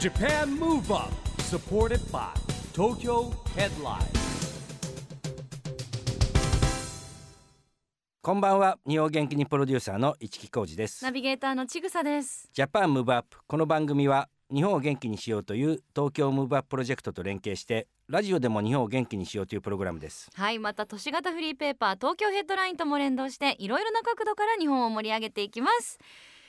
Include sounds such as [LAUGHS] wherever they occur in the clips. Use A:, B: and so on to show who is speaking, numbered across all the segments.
A: JAPAN MOVE UP SUPPORTED BY TOKYO HEADLINE
B: こんばんは日本元気にプロデューサーの市木浩司です
C: ナビゲーターのちぐさです。
B: ジャパンムーブアップこの番組は日本を元気にしようという東京ムーブアッププロジェクトと連携してラジオでも日本を元気にしようというプログラムです
C: はい、また都市型フリーペーパー東京ヘッドラインとも連動していろいろな角度から日本を盛り上げていきます。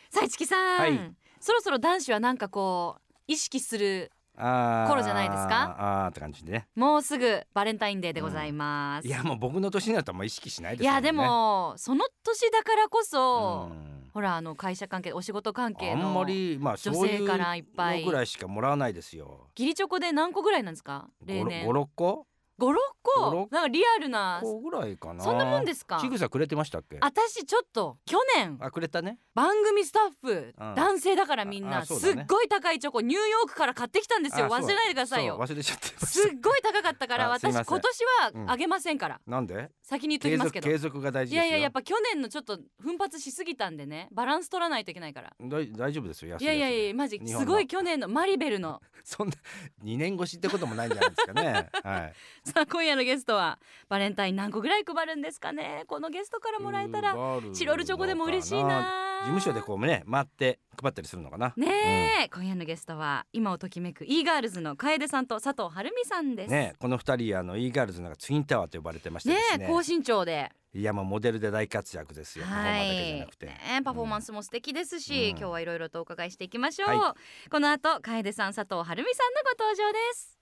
C: さあ、市木さん、
B: はい
C: そろそろ男子はなんかこう意識する
B: あー
C: 頃じゃないですか
B: あーって感じでね
C: もうすぐバレンタインデーでございます。
B: いやもう僕の年になったらもう意識しないです
C: いや
B: んね
C: でもその年だからこそ、
B: うん
C: ほらあの会社関係お仕事関係
B: あ
C: の
B: んまりまあ
C: 女
B: そういう
C: 性からいっぱい
B: のぐらいしかもらわないですよ
C: ギリチョコで何個ぐらいなんですか例年
B: 五六個
C: 56
B: 五
C: 個
B: 六
C: なんかリアルな
B: こうぐらいかな
C: そんなもんですか
B: ちぐさくれてましたっけ
C: 私ちょっと去年
B: あくれたね
C: 番組スタッフ、
B: うん
C: 男性だからみん
B: あ
C: な、
B: あそうだ
C: す
B: ね
C: っごい高いチョコニューヨークから買ってきたんですよ
B: あ
C: 忘れないでください
B: そう
C: よ
B: 忘れちゃってまし
C: [LAUGHS] すったごい高かったか
B: [LAUGHS]
C: ら
B: あすいませ
C: 私
B: ん
C: 今年
B: うん
C: はあげませんから、
B: なんで
C: 先に言
B: 継
C: っときます
B: 続
C: けど
B: 継続が大事
C: い
B: です
C: や
B: よ
C: いややっぱ去年のちょっと奮発しすぎたんでねバランス取らないといけないから
B: だい大丈夫ですよ安
C: い
B: い
C: やいや
B: やつで
C: いやマジ
B: 日本の
C: すごい去年のマリベルの [LAUGHS]
B: そんな二年越しってこともないんじゃないですかねはい
C: さあ今夜のゲストはバレンタイン何個ぐらい配るんですかねこのゲストからもらえたらチロルチョコでも嬉しいな
B: 事務所でこうね回って配ったりするのかな
C: ねえ、今夜のゲストは今をときめく e ガールズの楓さんと佐藤晴美さんです。
B: ねこの二人あの e ガールズなんかツインタワーと呼ばれてまして
C: ね
B: です
C: え
B: ね
C: 高身長で、
B: いやもうモデルで大活躍ですよ、
C: は
B: パフォーマーだけじゃないくて、
C: ねえパフォーマンスも素敵です
B: うん
C: し、今日はいろいろとお伺いしていきましょう、
B: は
C: この後楓さん佐藤晴美さんのご登場です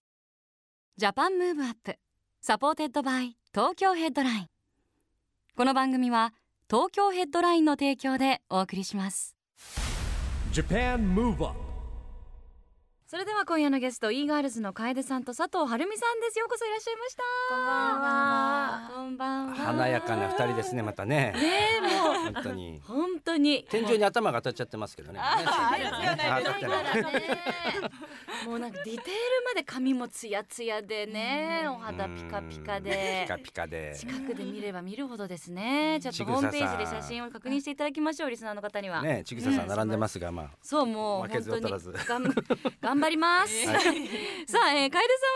C: ジャパンムーブアップサポーテッドバイ東京ヘッドラインこの番組は東京ヘッドラインの提供でお送りします
A: JAPAN MOVE UP
C: それでは今夜のゲスト e ガールズの楓さんと佐藤晴美さんですようこそいらっしゃいましたこんばんはこんばんは
B: 華やかな二人ですねまたね
C: ねえもう
B: 本当に
C: 本当に
B: 天井に頭が当たっちゃってますけどね
C: あ
B: ね
C: る
B: 先
C: ん
B: 生
C: ですよね
B: ね当たってない
C: もうなんかディテールまで髪もツヤツヤでね、お肌ピカピカで
B: ピ。カピカで
C: 近くで見れば見るほどですね。ちょっ
B: ち
C: と
B: ぐ
C: ホ
B: さ
C: ー
B: さ
C: ムページで写真を確認していただきましょう、リスナーの方には。
B: ねちぐささん並んでますがまあ
C: そうもう
B: 負け
C: 本
B: ず
C: 当
B: 劣
C: に
B: らず
C: がん頑張
B: [LAUGHS]
C: ります。 [LAUGHS] さあ、えー、楓さんは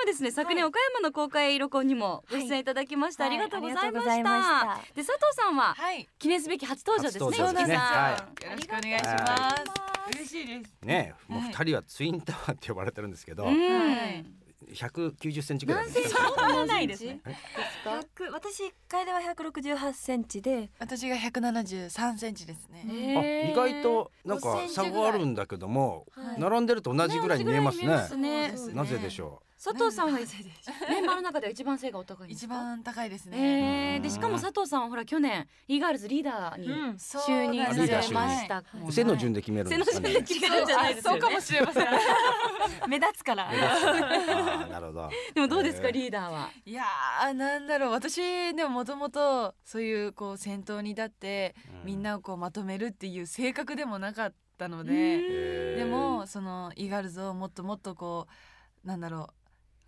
C: ですね昨年岡山の公開録音にもご出演いただきました、
D: はい
C: ありがとうございました,、
D: はいありがとうございました
C: で佐藤さんは
D: はい。
C: 記念すべき初登場ですね。
B: 初登場ですね
C: 鈴木さん
B: はい
D: よろしくお願いします。嬉しいです。
B: ねもう
D: はい
B: 二人はツインタワーって呼ばれてるんですけど
C: うん、
D: はい
B: 190センチぐらい
C: 何
B: で
C: セン
B: す
C: チ
B: か
C: そんなないですね。
E: 百私楓は百六十八センチで、
D: 私が百七十三センチです
B: あ
D: ね。
B: 意外となんか差があるんだけども
E: はい
B: 並んでると同じぐらいに見えますね
C: 同じぐらいに見えます
B: なぜでしょ
C: 佐藤さんは
D: なぜ
C: メンバーの中では一番背がお高いんです
D: 一
C: か。
D: 番高いですね。
C: えー、でしかも佐藤さんはほら去年 e ガールズリーダーに
E: うん
C: 就任
B: あ
C: さ
B: リーダー就
C: れ
B: 任
C: ました。
B: う背の順で決めるん
C: 背
B: で
C: [LAUGHS] の
B: すか
C: 順で違
B: ね
C: うじゃないですよね。
D: しれません。
E: 目立つから
B: 目立つあーなるほど
C: でもどうですか
B: えー
C: リーダーは。
D: [LAUGHS] いやーなんだろう私でももともとそういうこう先頭に立って
B: うん
D: みんなをこうまとめるっていう性格でもなかったの
C: う
D: で、
C: ーん
D: でもそのイーガールズをもっともっとこうなんだろう。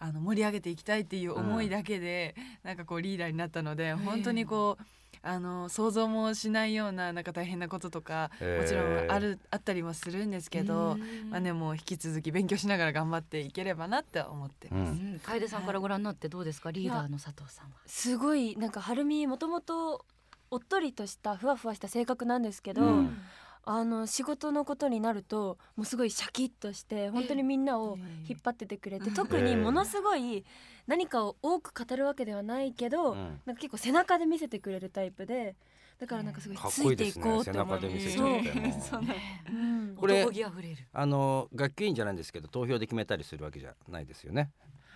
D: あの盛り上げていきたいっていう思いだけで、なんかこうリーダーになったので本当にこうあの想像もしないようななんか大変なこととか
B: へー
D: もちろんあるあったりはするんですけど、
C: うん
D: まあねもう引き続き勉強しながら頑張っていければなって思って
B: う
D: ま
B: ん
D: す。
C: うん楓さんからご覧になってどうですかリーダーの佐藤さんは。
E: すごいなんか晴美もともとおっとりとしたふわふわした性格なんですけど、
B: うん
E: あの仕事のことになるともうすごいシャキッとして本当にみんなを引っ張っててくれて、
D: うん
E: 特にものすごい何かを多く語るわけではないけど、
B: うん
E: なんか結構背中で見せてくれるタイプで。だからなんかすごい
B: かっ
E: つ
B: こい
E: い
B: い
E: て
B: で
E: い
B: す
E: こ
B: ね
E: う
B: 背
E: と
B: 中
E: 思って
B: で見せちゃってもう
E: うん
B: これ
C: 男気あふれる。
B: [LAUGHS] あの学級委員じゃないんですけど投票で決めたりするわけじゃないですよね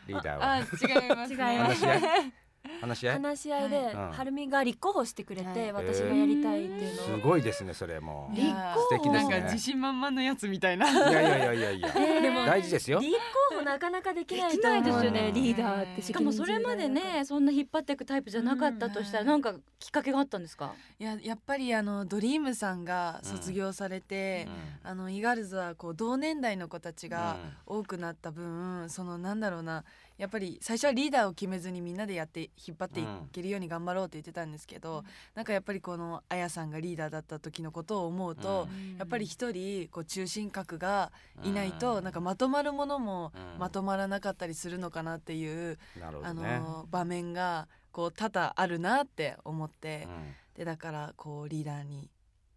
B: リーダー
D: あ
B: は
D: 違いま
E: [LAUGHS]
D: す。
E: 違い
D: ね
E: ます
B: 話し合い話し合い
E: 話し合いで、
D: はい
B: うん
E: はるみが立候補してくれて、
D: はい
E: 私がやりたいっていうの
B: す
E: を、
B: ごいですねそれもう
D: いやー
B: 素敵で
D: な
B: す
D: んか
B: ね
D: 自信満々のやつみたいな。
B: [LAUGHS] いやいやいやいやいや
C: [LAUGHS]
E: でも
B: 大事ですよ
E: 立候補なかなかできない
C: でき
E: と
C: な
E: 思
C: いうですよね
E: リーダーって
C: し
E: し
C: かもそれまでねそんな引っ張っていくタイプじゃなかったとしたら
D: うん
C: なんかきっかけがあったんですか。
D: いややっぱりあのドリームさんが卒業されて、
B: う
D: あのイーガールズはこう同年代の子たちが
B: ん
D: 多くなった分、そのなんだろうなやっぱり最初はリーダーを決めずにみんなでやって引っ張っていけるように頑張ろうって言ってたんですけど、なんかやっぱりこのあやさんがリーダーだった時のことを思うと、やっぱり一人こう中心核がいないとなんかまとまるものも
B: うん
D: まとまらなかったりするのかなっていう、
B: なるほ
D: あ
B: どね、
D: の場面がこう多々あるなって思っ
B: う
D: て。
B: ん
D: でだからこうリーダーに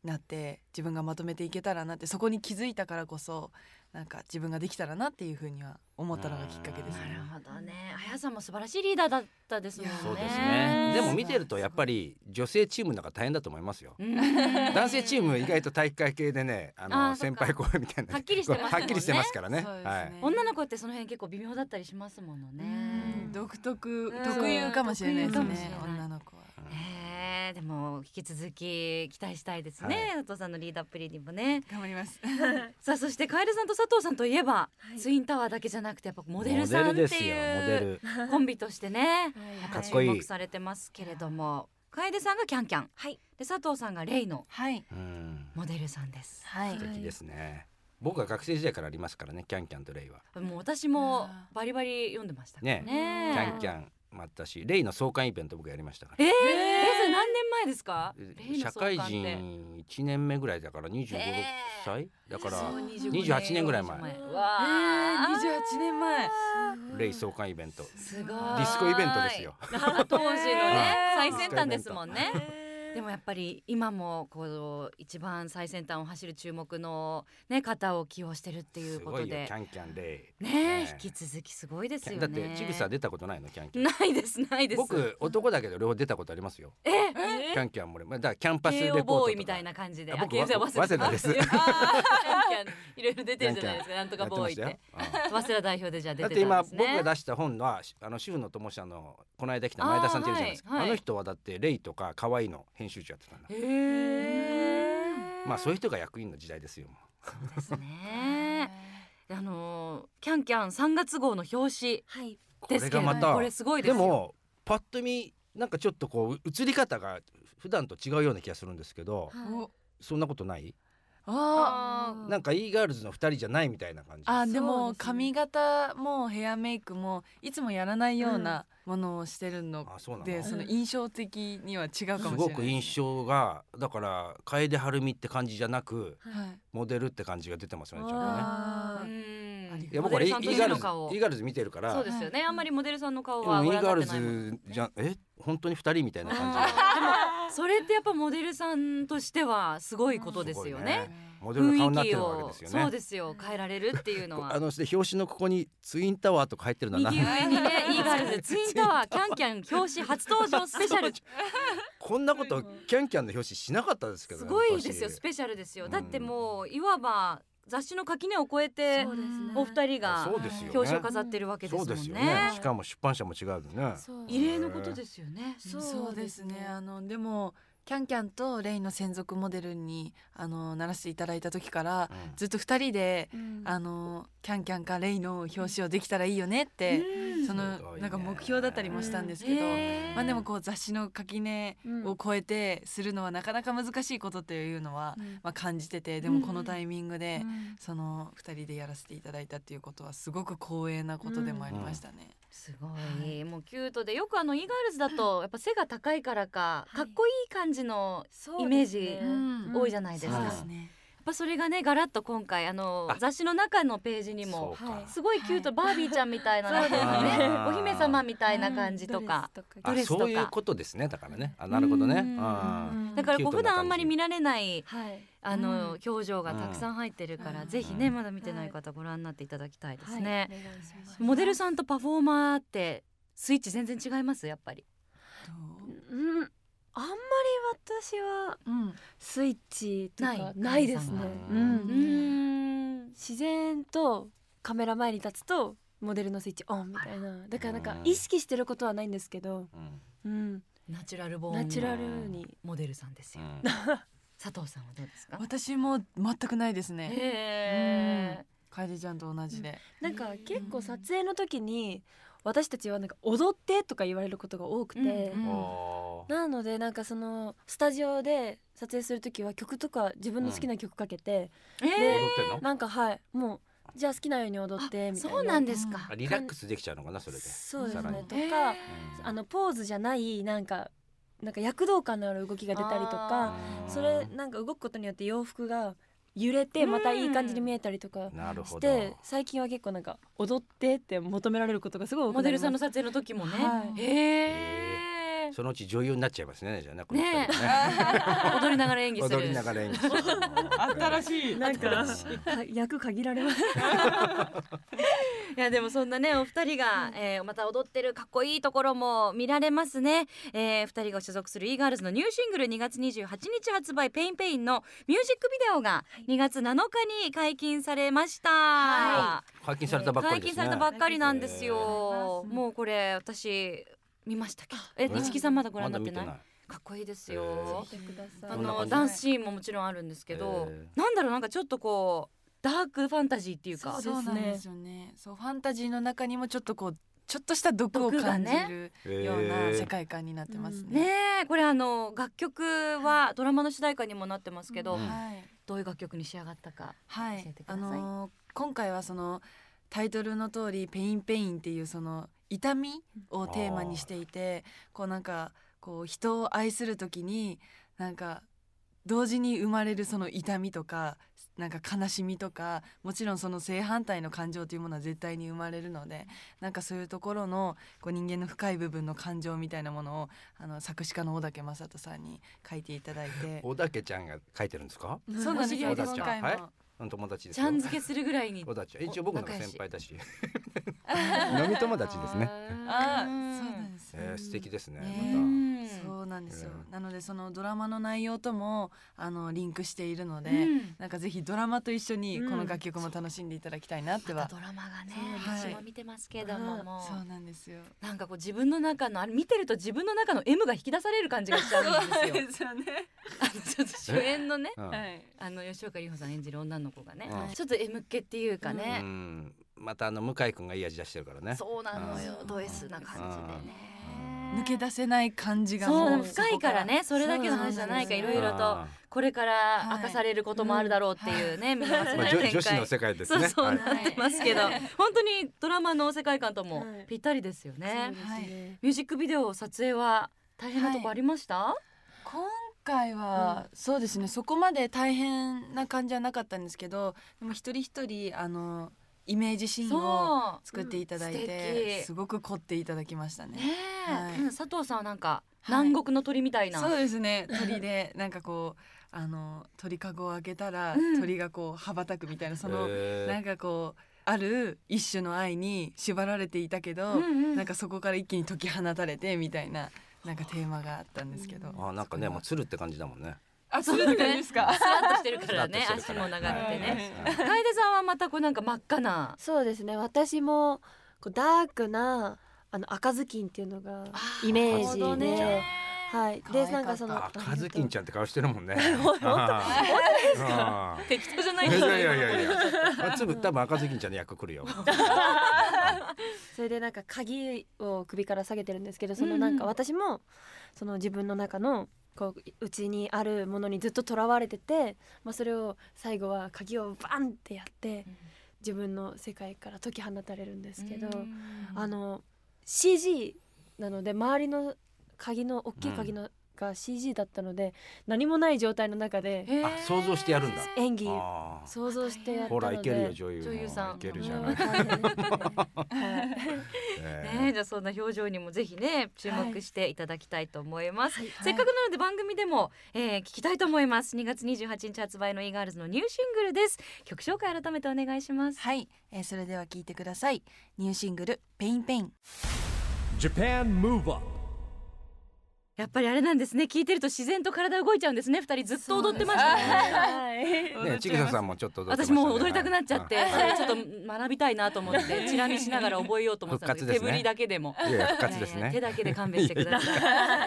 D: なって自分がまとめていけたらなってそこに気づいたからこそなんか自分ができたらなっていうふうには思ったのがきっかけです
C: な
D: ね
C: る。ほどね。あやさんも素晴らしいリーダーだったですもんね。
D: いや
B: そうですねでも見てると
D: そう
B: やっぱり女性チームの中大変だと思います
C: [LAUGHS]
B: よ [LAUGHS]
C: うん
B: 男性チームは意外と体育会系でねあの
C: あーそっ
B: 先
C: か
B: 輩後輩みたいな
C: はっきりしてますもんね
B: はっきりしてますからね
D: そうですね
B: はい
C: 女の子ってその辺結構微妙だったりしますものね。
D: うん独特
C: うん
D: 特有かもしれないです
B: 特有かもし
D: ね
B: れ
C: ない
D: 女の子は。
C: ねえでも引き続き期待したいですね、佐藤さんのリーダーっぷりにもね
D: 頑張ります。
C: さあそしてカエルさんと佐藤さんといえば、
E: はい
C: ツインタワーだけじゃなくてやっぱモデルさんっ
B: で
C: て
B: すよモデ
C: いう [LAUGHS]
B: ル
C: コンビとしてね
E: はい
C: や
B: か
C: ぱ
B: っこいい
C: 注目されてますけれども楓さんがキャンキャン、
E: はい
C: で佐藤さんがレイの
D: [LAUGHS] はい
B: うん
C: モデルさんです
D: は
B: 素
E: い
B: 敵ですね僕は学生時代からありますからねキャンキャンとレイは
C: もう私も
D: あー
C: バリバリ読んでましたからね
B: ね
C: ね
B: キ
C: え
B: ャンキャンもあったしレイの創刊イベント僕やりましたから
C: えー、えそれ何年前ですかレイの
B: 社
C: 創刊っ
B: 会
C: て
B: 人1年目ぐらいだから25、
C: へ
B: 6歳だから
C: そう25
B: 28年ぐらい前
C: う
E: う
C: わ
D: ええ
C: ー
D: 二十八年前。
B: レイ創刊イベントデ
C: すごい
B: ィスコイベントですよ
C: [LAUGHS] 当時のね
B: はい
C: 最先端ですもんねでもやっぱり今もこう一番最先端を走る注目のね方を起用してるっていう
B: す
C: こ
B: ご
C: と
B: いよ
C: で
B: キャンキャンレイ
C: ね
B: ね
C: 引き続きすごいです
B: キャ
C: よ
B: ン
C: ね
B: だってちぐさ出たことないのキャンキャン
C: ないですないです
B: 僕男だけど両方出たことありますよ
C: え
B: キャンキャンも俺まあだからキャンパスレ
C: 慶
B: ポー
C: 応
B: トと
C: ボ
B: か
C: ーイみたいな感じで
B: あ僕
C: あ慶応
B: わ早稲田です
C: [LAUGHS] あーいろいろ出てるじゃないですかなんと
B: や
C: か
B: って
C: ボ
B: ま
C: ーイ
B: し
C: った
B: よ
C: て
B: うん
C: [LAUGHS] 早稲田代表でじゃあ
B: だ
C: 出
B: って
C: てた
B: 今
C: んです
B: 僕が
C: ね
B: 出した本はあの主婦の友社のこの間来た前田さんっているじゃないですか
C: あー
B: あ,、
C: はいは
B: の
C: い
B: 人はだってレイとか可愛いの編集長やってたんだ、
C: へー
B: まあそういう人が役員の時代ですよ
C: そうですねあのーキャンキャン3月号の表紙
E: はい
B: れ
C: で
B: が
C: すけれども
B: また
C: これすごい
B: で
C: ですよ
B: もパッと見なんかちょっとこう映り方が普段と違うような気がするんですけど
D: お
B: そんなことない
C: あ
D: あ
C: ー
B: なんか e ガールズの二人じゃないみたいな感じ
D: ーあ
E: そうですね
D: ーでも髪型もヘアメイクもいつもやらないようなものをしてるの
B: あそうなの
D: でその印象的には違うかもしれ
B: す
D: ない
B: ごく印象がだから楓晴美って感じじゃなく
D: 象はい
B: モデルって感じが出てますよねちゃんとね
D: あ
C: う
D: ー
C: ん
D: あり
B: いや
C: モ
B: 僕
C: デ
B: は
C: ル
B: e
C: さ
B: ガール
C: んとしての
B: ズ
C: 顔を
B: e ガールズ見てるから
C: そうですよねあんまりモデルさんの顔
B: で
C: は
B: も
C: ご
B: イ
C: 覧
B: ーガー
C: になっ
B: ル
C: てないもん
B: ズじゃえ本当に二人みたいな
C: [LAUGHS]
B: 感じ
C: あーでもそれってやっぱモデルさんとしてはすごいことですよね
B: モデルの顔になって
C: 雰囲気
B: るわけ
C: を
B: ですよね
C: そうですよ変えられるっていうの
B: こ
C: は
B: あので表紙のここにツインタワーとか入ってるのは
C: 右
B: な
C: 上にねイーガ
B: [LAUGHS]
C: ールズツインタワーキャンキャン表紙初登場スペシャル
B: こんなことキャンキャンの表紙しなかったですけど
C: す
B: ね
C: ごいですよ
B: 昔
C: スペシャルですよ
B: うん
C: だってもういわば雑誌の垣根を越えて
E: そうですね
C: お二人
B: あ
C: が
B: そうですよね
C: 表紙を飾ってるわけです
B: そ
C: も
B: うんですよね
C: ね
B: しかも出版社も違うよね
E: そう
C: 異例のことですよね
E: そう
D: そうですねあのでもキャンキャンとレイの専属モデルにあのならせていただいた時から
B: うん
D: ずっと二人で
E: うん
D: あのキャンキャンかレイの表紙をできたらいいよねって
C: うん
D: そ
B: すごい
D: の
B: ね
D: なんか目標だったりもしたんですけ
C: う
D: ど
C: んへー
D: まあでもこう雑誌の垣根を超えてするのはなかなか難しいことっていうのは
E: うん
D: まあ感じててで
C: う
D: も
C: ん
D: このタイミングで
E: うん
D: その二人でやらせていただいたっていうことはすごく光栄なことでもありましたね。
C: すごいもうキュートでよくあのイーガールズだとやっぱ背が高いからかかっこいい感じのイメージ
E: うん
C: 多いじゃないですか
B: うん
C: や
B: そ
C: っ
B: うです
D: ね。
C: ぱそれがねガラッと今回あの
B: あ
C: 雑誌の中のページにも
B: そうか
E: はい
C: すごいキュートバービーちゃんみたいななんかね
B: あー
C: お姫様みたいな感じとかド
B: あ
C: レスとか
B: そういうことですねだからねあなるほどね
C: うん
B: あー
C: だからこう
B: キュートな感じ
C: 普段あんまり見られない
E: はい
C: あの、
D: うん
C: 表情がたくさん入ってるから、
D: うん
C: ぜひね
B: うん
C: まだ見てない方ご覧になっていただきたいですね、
E: お願いします
C: モデルさんとパフォーマーってスイッチ全然違いますやっぱり
E: うんあんまり私は
D: うん、
E: スイッチと
C: な
E: か
C: い
E: ないですね
B: う
E: うんん
C: ん
E: 自然とカメラ前に立つとモデルのスイッチオンみたいなだからなんか
B: うん
E: 意識してることはないんですけど、
B: うん
E: うん、
C: ナチュラルボー
E: ナチュ
C: ン
E: ラルに
C: モデルさんですよ、
B: うん
C: 佐藤さんはどうですか
D: 私も全くないですね。
C: へ
D: 楓ちゃんと同じで。
E: なんか結構撮影の時に私たちはなんか踊ってとか言われることが多くて、
C: うん
B: おー
E: なのでなんかそのスタジオで撮影する時は曲とか自分の好きな曲かけて、
C: え
B: 踊ってんの
E: なんかはいもうじゃあ好きなように踊って
C: あ
E: みたいな
C: そうなんですか
B: あリラックスできちゃうのかなそれで
E: そうです
B: さらに
E: ねと
C: え
E: か、
B: うん
E: あのポーズじゃないなんかなんか躍動感のある動きが出たりとか
B: あー
E: それなんか動くことによって洋服が揺れてまたいい感じに見えたりとか
B: なるほ
E: し
B: ど
E: て最近は結構なんか踊ってって求められることがすごい多く
C: モ
E: な
C: デ
E: り
C: ル
E: ました
C: さんの撮影の時もね、
E: はい
C: えー
B: そのうち女優になっちゃいますねじゃあねこの人
C: ね
B: ね
C: え [LAUGHS] 踊りながら演技する
B: 踊りながら演技する
D: [LAUGHS] 新しい
E: なんかか役限られます [LAUGHS]
C: いやでもそんなねお二人が、えーまた踊ってるかっこいいところも見られますね、えー、二人が所属する e ガールズのニューシングル2月28日発売「ペインペインのミュージックビデオが2月7日に解禁されました、
B: は解禁されたばっかり
C: 解
B: で
C: 禁
B: す
C: され
B: ね
C: たばっかりなんです
D: え
C: よ、
D: ー
C: もうこれ私見ましたけどえ
B: え
C: 一木さんまだご覧
B: まだ
C: になって
B: 見てな
C: な
B: いい
C: かっこいいです
B: えー
C: よ、
E: 見てください
C: あ
B: どんな
C: の
B: 感じ
C: ダンスシーンももちろんあるんですけど、
B: え
C: なんだろうなんかちょっとこうダークファンタジーっていうか
E: そう
D: そうなんですよねそうファンタジーの中にもちょっとこうちょっとした毒を
C: 毒が
D: 感
C: ね
D: じるような世
B: え
D: 界観になってます
E: うん
C: ね
D: ね。
C: えこれあの楽曲はドラマの主題歌にもなってますけど、
B: うん
D: はい
C: どういう楽曲に仕上がったか
D: は
C: 教え
D: い
C: てくだ
D: あ
C: さい
D: のー今回はそのタイトルの通り「ペインペイン」っていうその痛みをテーマにしていてこうなんかこう人を愛する時になんか同時に生まれるその痛みとかなんか悲しみとかもちろんその正反対の感情というものは絶対に生まれるのでなんかそういうところのこう人間の深い部分の感情みたいなものをあの作詞家の小竹正人さんに書いていただいて
B: 小竹ちゃんが書いてるんですか
D: そうなんですよ
B: 小竹
D: 今
B: ちゃん
D: 回
B: はい
D: も。
B: うん友達です
C: ち
B: よ
C: ゃん付けするぐらいに
B: 小竹ちゃん一応僕の方が先輩だし
C: [LAUGHS]
B: 飲み友達ですね
C: あ
D: あ
C: ー
D: そうなんですよ
B: えー素敵ですね
D: ね
B: ま
D: そうなんですよ、
B: え
D: なのでそのドラマの内容ともあのリンクしているので、
C: うん
D: なんかぜひドラマと一緒に
E: うん
D: この楽曲も楽しんでいただきたいなって
C: ま
D: は
C: た、ドラマがね
D: はい
C: 私も見てますけどももう
D: そうなんですよ
C: なんかこう自分の中のあれ見てると自分の中の M が引き出される感じがしちゃうんですよ
D: すよね
C: あのちょっと主演のね
B: たうん
D: はい
C: あの吉岡里帆さん演じる女の子がね、
B: うん
C: ちょっと M っ気っていうか
B: う
C: ね、
B: んまたあの向井くんがいい味出してるからね
C: そうなのよ
D: うん
C: ド S な感じでね
D: 抜け出せない感じが
C: そうで
D: も
C: も
D: う
C: 深いからね
D: そ
C: そ
D: こ
C: れだけの話じゃないからいろいろと
B: あ
C: これから明かされることもあるだろうっていうね、見えます
B: ー
C: ね
B: まあ女女子の世界です
C: そう
B: ね
C: そう
B: はい
C: なってますけど、本当にドラマの世界観とも
E: はい
C: ぴったりですよ
E: そう
C: ね
E: で。すね
C: ミュージックビデオ撮影は大変なとこありました？
D: 今回は、そうですねそこまで大変な感じはなかったんですけどでも一人一人あのイメージシーンを
C: そ
D: 作っていただい
C: うん素
D: て、
C: 敵
D: すごく凝っていただきました
C: う
D: ね
C: ねえ、
D: は
C: う
D: い
C: ん佐藤さんはなんか
D: はい
C: 南国の鳥みたいな、
D: そうですね鳥でなんかこうあの鳥かごを開けたら、
C: うん
D: 鳥がこう羽ばたくみたいなその、
B: えー
D: なんかこうある一種の愛に縛られていたけど、
C: うんうん
D: なんかそこから一気に解き放たれてみたいななんかテーマがあったんですけど、
B: あーなんかねもう鶴って感じだもんね
D: あそうなんですか
C: スワッとしてるからね
B: スワッとしてるか
C: 足
B: ら
C: も長くてね。
B: はい
C: 楓さんはまたこうなんか真っ赤な
E: そうですね私もこうダークなあの赤ずきんっていうのがイメージ
B: 赤ずきんちゃん
E: で、はい
D: 可愛かっ
E: で
D: た
E: なんかそ [LAUGHS] の
B: あ、
E: あ
B: カ
E: り
B: ズ
E: が
B: キ
E: とう
B: ンちゃんって顔してるもんね。本当ですか。
C: 適当じゃないい
B: や
C: で
B: い
C: す
B: や
C: か
B: いやいや。あつぶ多分赤ずきんちゃんの役来るよ。
E: それでなんか鍵を首から下げてるんですけどそ
C: うんう
E: の
C: ん
E: なんか私もその自分の中のこううちにあるものにずっととらわれてて、まあ、それを最後は鍵をバンってやって
C: うん
E: 自分の世界から解き放たれるんですけど
C: うん
E: あの CG なので周りの鍵の大きい鍵の、が CG だったので何もない状態の中で
C: へー
B: あ、想像してやるんだ。
E: 演技
B: あー
E: 想像してやった
B: ほ
E: ので
B: らいけるよ女優も。
C: 女優さん
B: いけるじゃ
E: もう
B: ない。
E: 大変ですねはい
C: ね
B: え
C: えじゃあそんな表情にもぜひね注目していただきたいと思います、
D: はい
C: せっかくなので番組でも、えー、聞きたいと思います2月28日発売の e ガールズのニューシングルです曲紹介改めてお願いします
D: はい、えーそれでは聞いてくださいニューシングルペインペイン
A: Japan Move Up
C: やっぱりあれなんですね聞いてると自然と体動いちゃうんですね二人ずっと踊ってましたね [LAUGHS]
E: はい
B: ー。ね、ちぐささんもちょっと踊ってまし
C: 私
B: たね
C: もう踊りたくなっちゃって、
B: はい
C: それちょっと学びたいなと思ってチラ見しながら覚えようと思ってたんですけど
B: 復活ですね
C: 手振りだけでも
B: いやいや復活です
C: いやいや手
B: ね。
C: だけで勘弁してくださ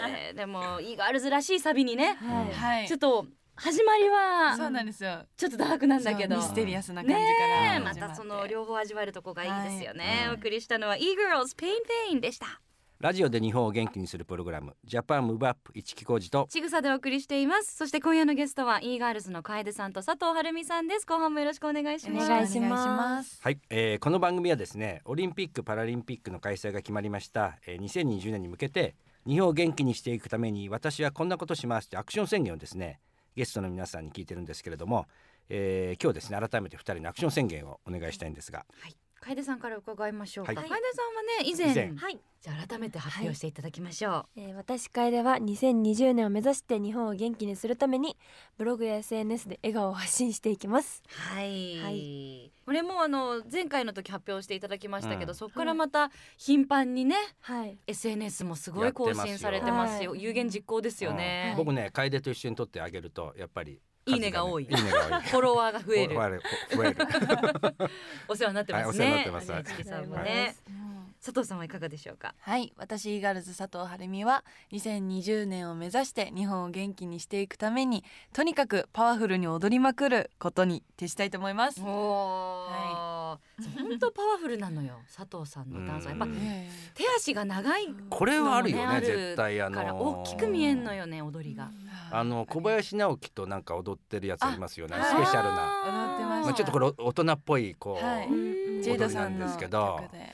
C: いえーでも e ガールズらしいサビにね、
B: うん
D: はい
C: ちょっと始まりは
D: そうなんですよ
C: ちょっとダークなんだけど。
D: ミステリアスな感じ
C: ね
D: から
C: え、
D: 始ま
C: ま
D: って
C: たその両方味わえるとこがいいですよね。
B: はい
C: お送りしたのは e-girls pain pain でした。
B: ラジオで日本を元気にするプログラムジャパンムーブアップ一木工事と
C: ちぐさでお送りしていますそして今夜のゲストは e ガールズの楓さんと佐藤晴美さんです後半もよろしくお願いします
E: お願いします
D: す
B: はい、えーこの番組はですねオリンピック・パラリンピックの開催が決まりました、えー2020年に向けて日本を元気にしていくために私はこんなことしますというアクション宣言をですねゲストの皆さんに聞いてるんですけれども、えー今日ですね改めて2人のアクション宣言をお願いしたいんですが
C: 楓さんから伺いましょうか、
B: はい
C: 楓さんはね以前
B: 以前
E: はい、
C: じゃあ改めて発表していただきましょう、
E: えー、私楓は2020年を目指して日本を元気にするためにブログや SNS で笑顔を発信していきます
C: はい、
E: は
C: これもあの前回の時発表していただきましたけど、
B: うん
C: そこからまた頻繁にね、
E: はい
C: SNS もすごい更新されてますよ
E: やってますよはい
C: 有言実行ですよ
B: う
C: ね
B: ん、僕ね楓と一緒に撮ってあげるとやっぱり
C: いいねが多い
B: 数ねいいねが多い
C: フォロワー [LAUGHS] が増える
B: フォロワーが増える
C: [LAUGHS] お世話になってます
B: はいお世話にな
C: ね
B: ってます
C: 有吉さんも
E: はい
C: ね佐藤さんはいかがでしょうか
D: はい私イーガールズ佐藤晴美は2020年を目指して日本を元気にしていくためにとにかくパワフルに踊りまくることに徹したいと思います、
C: おお本当パワフルなのよ佐藤さんのダンスはやっぱ
B: うん
D: え
C: 手足が長い
B: これはあるよ
C: あ
B: ね
C: る
B: 絶対あの
C: から大きく見えんのよね踊りが
D: え
B: あの小林直樹となんか踊ってるやついますよねスペシャルな
D: 踊ってま
B: まあ、ちょっとこれ大人っぽいこう、
D: はい
C: うん
D: ジェイドさん
B: 踊り
D: の
B: なんですけど
D: 曲ではい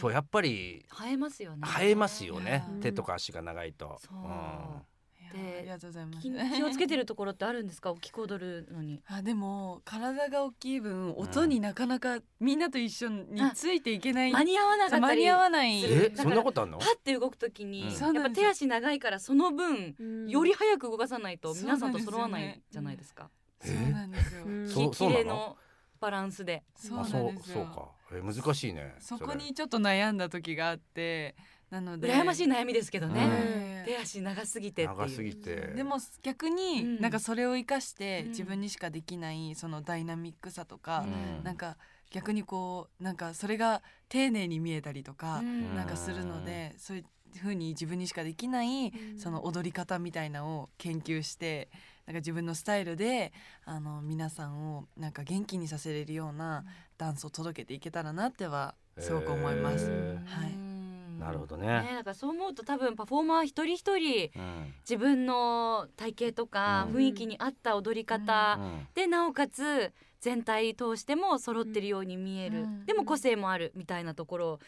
B: そうやっぱり
C: 映えますよね
B: 生えますよね、
E: うん
B: 手とか足が長いと。
C: そう
D: いや
C: で
D: ありがとうございます
C: 気気をつけてるところってあるんですか大きく踊るのに
D: あでも体が大きい分
B: ん
D: 音になかなかみんなと一緒についていけない、
C: 間に合わな
D: そ
C: か
D: う
C: った
D: 間
C: り
D: に合わない
C: する
B: え
C: だから
B: そんなことあんの
C: パッて動くときに、
B: うん
D: そ
C: やっ
D: うな
C: ぱ
D: んです
C: 手足長いからその分より早く動かさないと
D: そうな
C: 皆
D: んです
C: さんと
D: よね
C: 揃わないじゃないですか。
B: え
D: そうなんですよ、
E: うん
B: そう
C: き綺麗
B: なの
C: のバランスで。
D: そうな
B: あ
D: ん
B: そう
D: です
B: そう
D: よ
B: かえ難しいね
D: そ
B: れ
D: こにちょっと悩んだ時があってなので
C: 羨ましい悩みですけどね。
D: ええ
C: 手足長すぎてっていう。
B: 長すぎて
D: でも逆
C: うん
D: になんかそれを生かし
C: う
D: て
C: ん
D: 自分にしかできないそのダイナミックさとか
C: う、
B: ん
D: なんか逆にこうなんかそれが丁寧に見えたりとか、
C: うん
D: なんかするのでそういうふうに自分にしかできないその踊り方みたいなのを研究してなんか自分のスタイルであの皆さんをなんか元気にさせれるようなダンスを届けていけたらなってはすごく思います。
B: へー
D: はい
C: うん
B: なるほどね
C: ね、だからそう思うと多分パフォーマー一人一人
B: うん
C: 自分の体型とか
B: うん
C: 雰囲気に合った踊り
B: う
C: 方
B: ん
C: でなおかつ全体通しても揃ってるように見える、
D: うん
C: でも個性もあるみたいなところを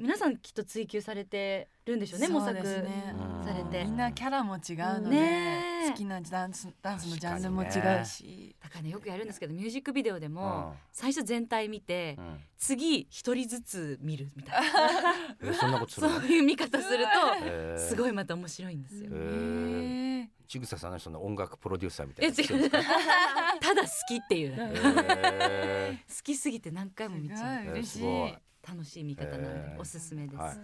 C: 皆さんきっと追求されてるんでしょうね模
D: そう
C: 索
D: ですね
C: されて
D: みんなキャラも違うので、
C: ねえ
D: 好きなダンスダンスのジャンルも違うし、
C: だからねよくやるんですけどミュージックビデオで
B: う
C: も
B: ん
C: 最初全体見て
B: うん
C: 次一人ずつ見るみたいな
B: えそんなことす
C: そ
B: る
C: う
B: の
C: いう見方する
B: へ
C: と
B: ー
C: すごいまた面白いんです
B: へ。
C: よ
B: ー
D: え
B: ちぐささんのその音楽プロデューサーみた
C: え
B: い
C: [LAUGHS]
B: な
C: 違
B: 人で
C: う
B: すか
C: ただ好きっていう
B: へ
C: 好
B: ー
C: きすぎて何回も見ちゃう
D: すご嬉しい
B: すご
C: 楽しい見方なの
B: へ
C: で
B: ー
C: おすすめです。
B: はい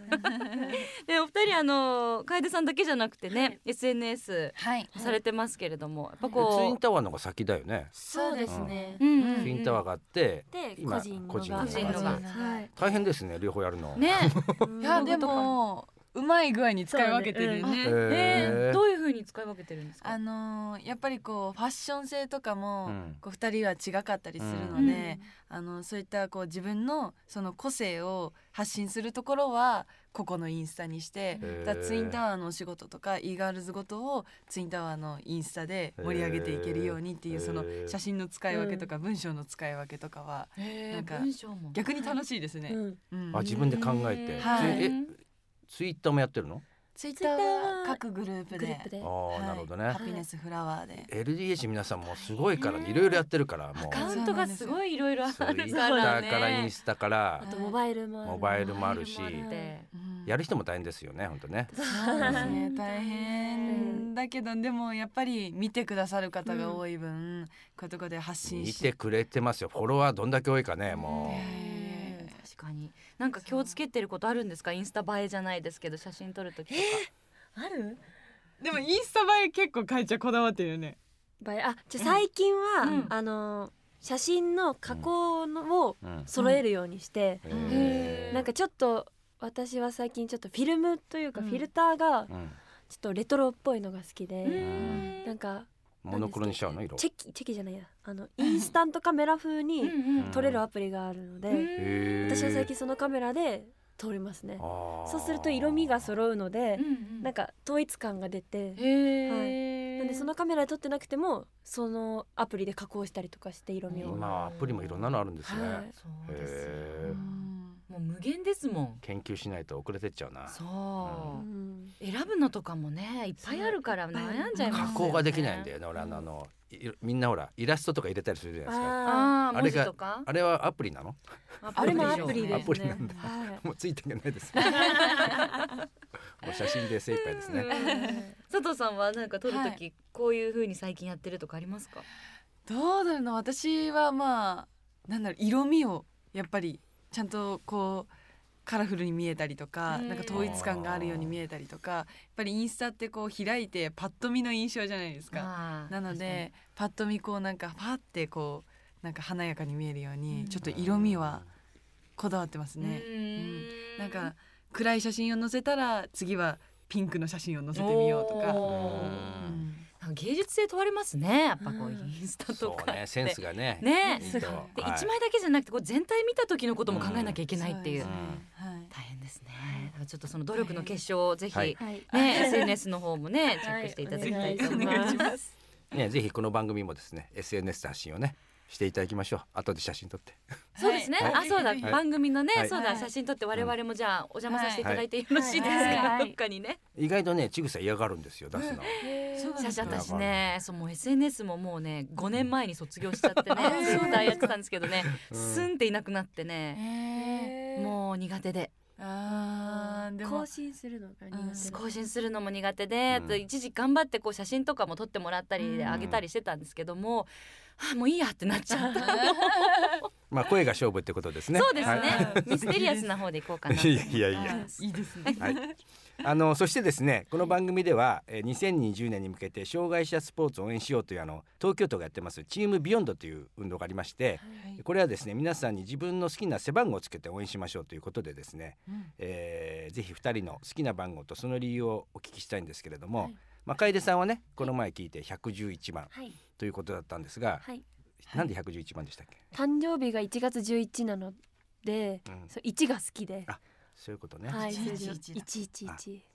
C: でお二人あの楓さんだけじゃなくてね SNS
D: はい
C: されてますけれども
B: ツ
C: やっぱ
B: イ
C: こ
B: ン
C: う
B: タワーの方が先だよね
E: そうですね、
C: うんうんうん
B: ツインタワーがあって
E: で
B: 今
E: 個人の
B: 個
E: が
B: 人の
C: 個人の
B: が
C: が
E: はい
B: 大変ですね両方やるの
C: ね
D: いやでもうまい具合に使い分けてる
E: そう
D: ね。
B: へー
C: えーどういう風に使い分けてるんですか
D: あのーやっぱりこうファッション性とかも、
B: うん
D: こう2人は違かったりする
C: う
D: の
C: ん
D: で、あのそういったこう自分のその個性を発信するところは個々のインスタにして、
B: へー
D: だからツインタワーのお仕事とか e ガールズごとをツインタワーのインスタで盛り上げていけるようにってい
B: へ
D: う
B: ー
D: その写真の使い分けとか文章の使い分けとかは
C: へー
D: なんか
C: 文章も
D: 逆に楽しいですね。
E: うん
D: うん
B: あ自分で考えて、
D: はい
B: ツイえツイッターもやってるの
D: ツイッターは各グループ
E: グル
D: で
E: ープで
B: ああ、
D: はい
B: なるほどね
D: ハピネスフラワーで
B: LDH 皆さんもすごいから
C: ね
B: いろいろやってるから
C: ア
B: も
C: カ
B: う
C: ウントがすごいいろいろある
B: ツイ
C: か
B: ッタ
C: ら
B: ー
C: ね
B: からインスタから
E: あとモバイルもある
B: モバイルもあるし
C: モバイルもあって
D: うん
B: やる人も大変ですよね本当ね
D: そうですね
C: うん
D: 大変だけどでもやっぱり見てくださる方が多い分、こういうとこで発信
B: 見
D: して
B: くれてますよフォロワーどんだけ多いかねも
D: ね
C: うん確かになんか気をつけてることあるんですかインスタ映えじゃないですけど写真撮るときとか
E: ある
D: でもインスタ映え結構会長こだわってるよね
E: ばいあちょ最近は、
C: うん
E: あの写真の加工のを
B: う、うん
E: 揃えるようにして、
B: へ
D: ん
B: え
E: なんかちょっと私は最近ちょっとフィルムというか
C: うん
E: フィルターがち
B: う
E: ょっ
B: ん
E: とレトロっぽいのが好き
C: う
E: で、
C: ん
E: なんか
B: モノクロにしちゃうの色
E: チェキチェキじゃないやあのインスタントカメラ風
C: うん
E: に
C: うん
E: 撮れるアプリがあるので、
C: う
B: へ
C: ん
B: え
E: 私は最近そのカメラで通りますね
B: そ
E: そうすると色味が揃うので
C: うんうん
E: なんか統一感が出て
C: へえ、
E: なんでそのカメラで撮ってなくてもそのアプリで加工したりとかして色味を、
B: 今アプリもいろんなのあるんですね、
E: はい
C: そうですよ
B: へえ
C: もう無限ですもん
B: 研究しないと遅れてっちゃうな
E: う
C: そう、
E: ん
C: 選ぶのとかもねいっぱいあるから悩んじゃいますよ
B: 加
C: ね
B: 工ができないんだよね俺あのあのいみんなほらイラストとか入れたりするじゃないですか
E: あ
C: ああ
B: あ
C: 文
B: れ
C: 字
B: が
C: とか
B: あれはアプリなの [LAUGHS]
E: あれもアプ
C: でしょ
E: リ
C: う
E: です、ね、
B: アプリなんだ
E: はい
B: もうついていけないです。もう写真で精一杯ですね。 [LAUGHS]
C: 佐藤さんはなんか撮る
D: は
C: ときこういう風に最近やってるとかありますか、
D: どうだろうな私はまあなんだろう色味をやっぱりちゃんとこうカラフルに見えたりとか
C: うん
D: なんか統一感があるように見えたりとかやっぱりインスタってこう開いてパッと見の印象じゃないですか。
C: ああ
D: なのでパッと見こうなんかパってこうなんか華やかに見えるよう
C: う
D: に
C: ん
D: ちょっと色味はこだわってます
C: 確かに
D: ね。
C: うん
D: なんか暗い写真を載せたら次はピンクの写真を載せてみようとか。
C: おー
D: うん
C: なんか芸術性問われますねやっぱこう
E: うん
C: インスタと
B: そ
C: かっ
B: う
C: て
B: ね、センスがね。
C: ね
B: いいと。
C: で、
B: はい
C: 一枚だけじゃなくてこう全体見た時のことも考えなきゃいけないっていう,、
D: そ
B: ん
D: ですねはい
C: 大変ですねだからちょっとその努力の結晶をぜひ、
B: はい
E: はい
C: ね SNS の方もねチェックしていただきたいと思います,、
E: はいお願いします
B: ね、ぜひこの番組もですね、SNS で発信をね、していただきましょう。後で写真撮って。
C: そうですね、
B: はい
C: あそうだ、
D: はい
C: 番組のね、
B: はい
C: そうだ
D: はい
C: 写真撮って我々もじゃあお邪魔させていただいてよろしいですか、
E: はい
C: どっかにね、
B: 意外とね、ちぐさ嫌がるんですよ、出すの。
D: そうなん
C: 写
D: で
C: 真
D: すね
C: 私ねそうもう SNS ももうね5年前に卒業しちゃってねツイッターやってたんですけどね、
B: うん
C: すんっていなくなってね、
D: えー
C: もう苦手で
D: あーでも
E: 更新するのが
D: うん
E: 苦手
C: 更新するのも苦手で、
B: うん
C: あと一時頑張ってこう写真とかも撮ってもらったり
D: うん
C: あげたりしてたんですけども、あもういいやってなっちゃった、
B: まあ声が勝負ってことですね。
C: [LAUGHS] そうですね、
B: はい
C: ミステリアスな方でいこうかなと
B: い [LAUGHS] やいやいや。
D: いいですね。
B: はい。あのそしてですねこの番組では、えー2020年に向けて障害者スポーツを応援しようというあの東京都がやってますチームビヨンドという運動がありまして、
D: い
B: これはですね皆さんに自分の好きな背番号をつけて応援しましょうということでですね、
D: うん
B: えーぜひ2人の好きな番号とその理由をお聞きしたいんですけれども、
E: はい
B: まあ、楓さんはねこの前聞いて111番
E: はい
B: ということだったんですが、
E: はい
B: なんで111番でしたっけ、
E: 誕生日が1月11なので
B: うん
E: そう1が好きで
B: あそういうことね、
E: はい
D: 111
E: 数字
D: だ
E: 111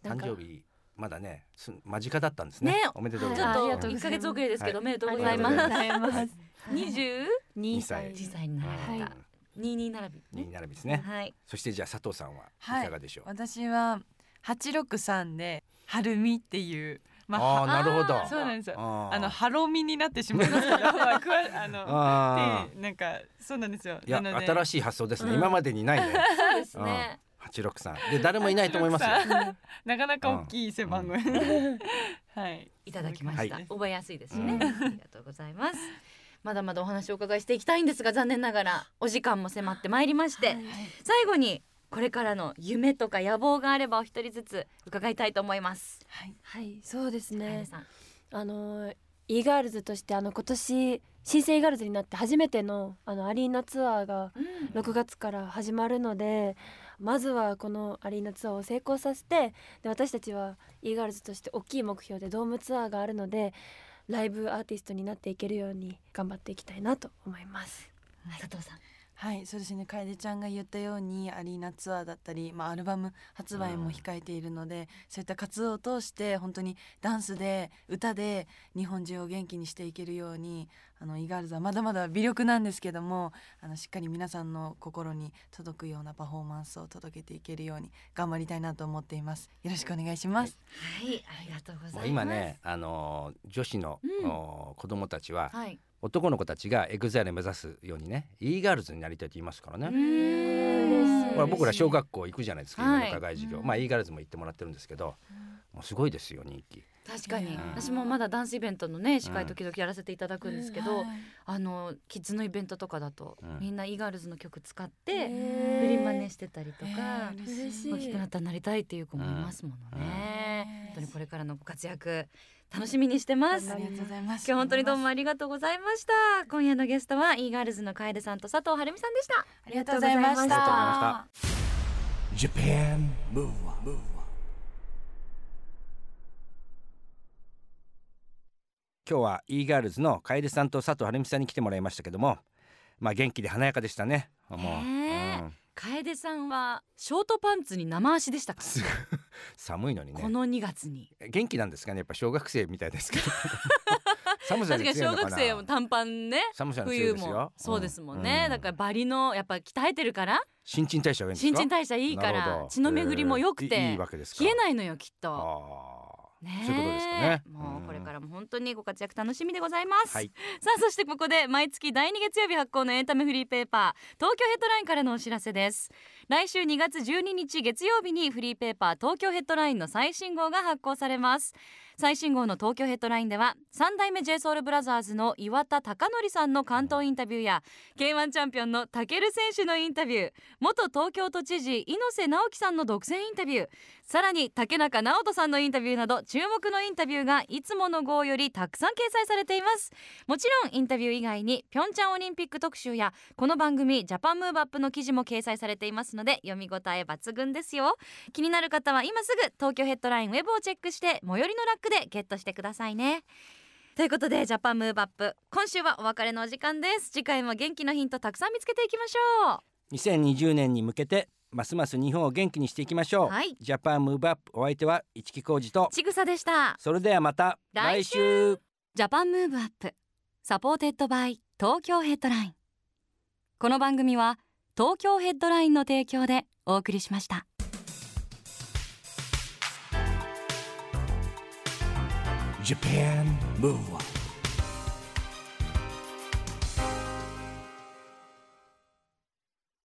E: なん
B: 誕
E: か
B: 生日まだねす間近だったんですね
C: ね
B: おめで
C: ち
B: とう
C: ょ
B: ご
C: っ
B: ざ
E: は
B: ま
E: い
B: す。
E: あり
C: と
E: がとうご
C: 一
E: ざいます
C: ヶ月遅れですけど、
B: は
C: おめでとう
E: あ
C: ご
E: り
C: ざ
E: が
C: い
E: とうご
C: ます。
E: ざいます
C: 二十
E: 2
B: 歳
E: 歳
C: 二歳になられ
E: は
C: た。二二並び。
B: になるんですね、
C: はい。
B: そしてじゃあ佐藤さんは
D: はい
B: いかがでしょう、
D: 私は八六三で春美っていうまあ
B: ああなるほど
D: そうなんですよ。
B: あー
D: あのハロミになってしまうんです
B: [LAUGHS]
D: けど、まあくわあの
B: あ
D: でなんかそうなんですよ。
B: ーいや
D: なので
B: 新しい発想ですね、
C: うん
B: 今までにないね
C: そうですね。
B: 八六三で誰もいないと思いますよ
D: 863な [LAUGHS] かなか大きい背番号。 [LAUGHS] はい。
C: いただきました
B: は。
C: 覚えやすいですし
B: う
C: ね。
B: ん
C: ありがとうございます。まだまだお話をお伺いしていきたいんですが、残念ながらお時間も迫ってまいりまして、最後にこれからの夢とか野望があればお一人ずつ伺いたいと思います。
D: はい。
E: はいそうです
C: あやね
E: ね
C: さん。
E: あの e ガールズとしてあの今年新生 e ガールズになって初めてのあのアリーナツアーが6月から始まるのでまずはこのアリーナツアーを成功させてで私たちは e ガールズとして大きい目標でドームツアーがあるのでライブアーティストになっていけるように頑張っていきたいなと思います。
C: 佐藤さん。
D: はい、そうですね。楓ちゃんが言ったようにアリーナツアーだったり、まあアルバム発売も控えているので、そういった活動を通して本当にダンスで歌で日本中を元気にしていけるように、あのイガールズはまだまだ微力なんですけども、あのしっかり皆さんの心に届くようなパフォーマンスを届けていけるように頑張りたいなと思っています。よろしくお願いします。
C: はい、ありがとうございます。
B: もう今ね。あのー女子の、
C: うん
B: おー子供たちは
C: はい。
B: 男の子たちがエグザイル目指すようにね e ガールズになりたいと言いますからね、
E: ん
B: ほら僕ら
D: 嬉しい
B: 小学校行くじゃないですか、
C: はい
B: 今の課外授業、
D: うん
B: まあ e ガールズも行ってもらってるんですけど、もうすごいですよ人気
C: 確か
D: う
C: に
D: ん
C: 私もまだダンスイベントのね司会時々やらせていただくんですけど、
D: はい
C: あのキッズのイベントとかだと、
B: うん
C: みんなイーガールズの曲使っ
E: へ
C: て
E: ー
C: 振り真似してたりと
D: え
C: か、
D: ー
E: 嬉しい
C: 大きくなったらなりたいっていう子もいますものね、
D: うん
C: 本当にこれからのご活躍楽しみにしてます
D: ありがとうございます。
C: 今日本当にどうもありがとうございました今夜のゲストはイーガールズの楓さんと佐藤晴美さんでした
D: ありがとうございま
E: あ
D: し
E: りがとうございました
D: た。
A: Japan Move Up, Move Up.
B: 今日は e ガールズの楓さんと佐藤晴美さんに来てもらいましたけどもまあ元気で華やかでしたねもう、
C: ねえ
B: うん
C: 楓さんはショートパンツに生足でしたから、
B: す [LAUGHS] 寒いのにね
C: この2月に
B: 元気なんですかねやっぱ小学生みたいです
C: [LAUGHS]
B: けど寒さ
C: 確
B: に
C: かに
B: 強い
C: 小
B: のか
C: 学
B: な
C: 生も短パンね
B: 寒さに強
C: 冬
B: いですよ
C: もそうですもんね、
B: う
C: だからバリのやっぱ鍛えてるから
B: 新陳代謝がいいんです
C: 新
B: か
C: 陳代謝いいか
B: なるほ
C: ら
B: ど
C: 血の巡りも良くて、
B: えーいいいわけですか
C: 冷えないのよきっと。
B: あー
C: ねえ
B: そういうことですかね
C: もうこれかららも本当にご活躍楽しみでございます、
B: はい
C: さあそしてここで毎月第2月曜日発行のエンタメフリーペーパー東京ヘッドラインからのお知らせです来週2月12日月曜日にフリーペーパー東京ヘッドラインの最新号が発行されます最新号の東京ヘッドラインでは3代目 JSOULBROTHERS の岩田貴則さんの関東インタビューや K1 チャンピオンの武尊選手のインタビュー元東京都知事猪瀬直樹さんの独占インタビューさらに竹中直人さんのインタビューなど注目のインタビューがいつもの号よりたくさん掲載されていますもちろんインタビュー以外にピョンチャンオリンピック特集やこの番組ジャパンムーブアップの記事も掲載されていますので読み応え抜群ですよ気になる方は今すぐ東京ヘッドラインウェブをチェックして最寄りのラックでゲットしてくださいねということでジャパンムーブアップ今週はお別れのお時間です次回も元気のヒントたくさん見つけていきましょう
B: 2020年に向けてますます日本を元気にしていきましょう、
C: はい
B: ジャパンムーブアップお相手は市木浩二と
C: ちぐさでした
B: それではまた
C: 来
B: 週
C: ジャパンムーブアップサポーテッドバイ東京ヘッドラインこの番組は東京ヘッドラインの提供でお送りしました
A: Japan Move Up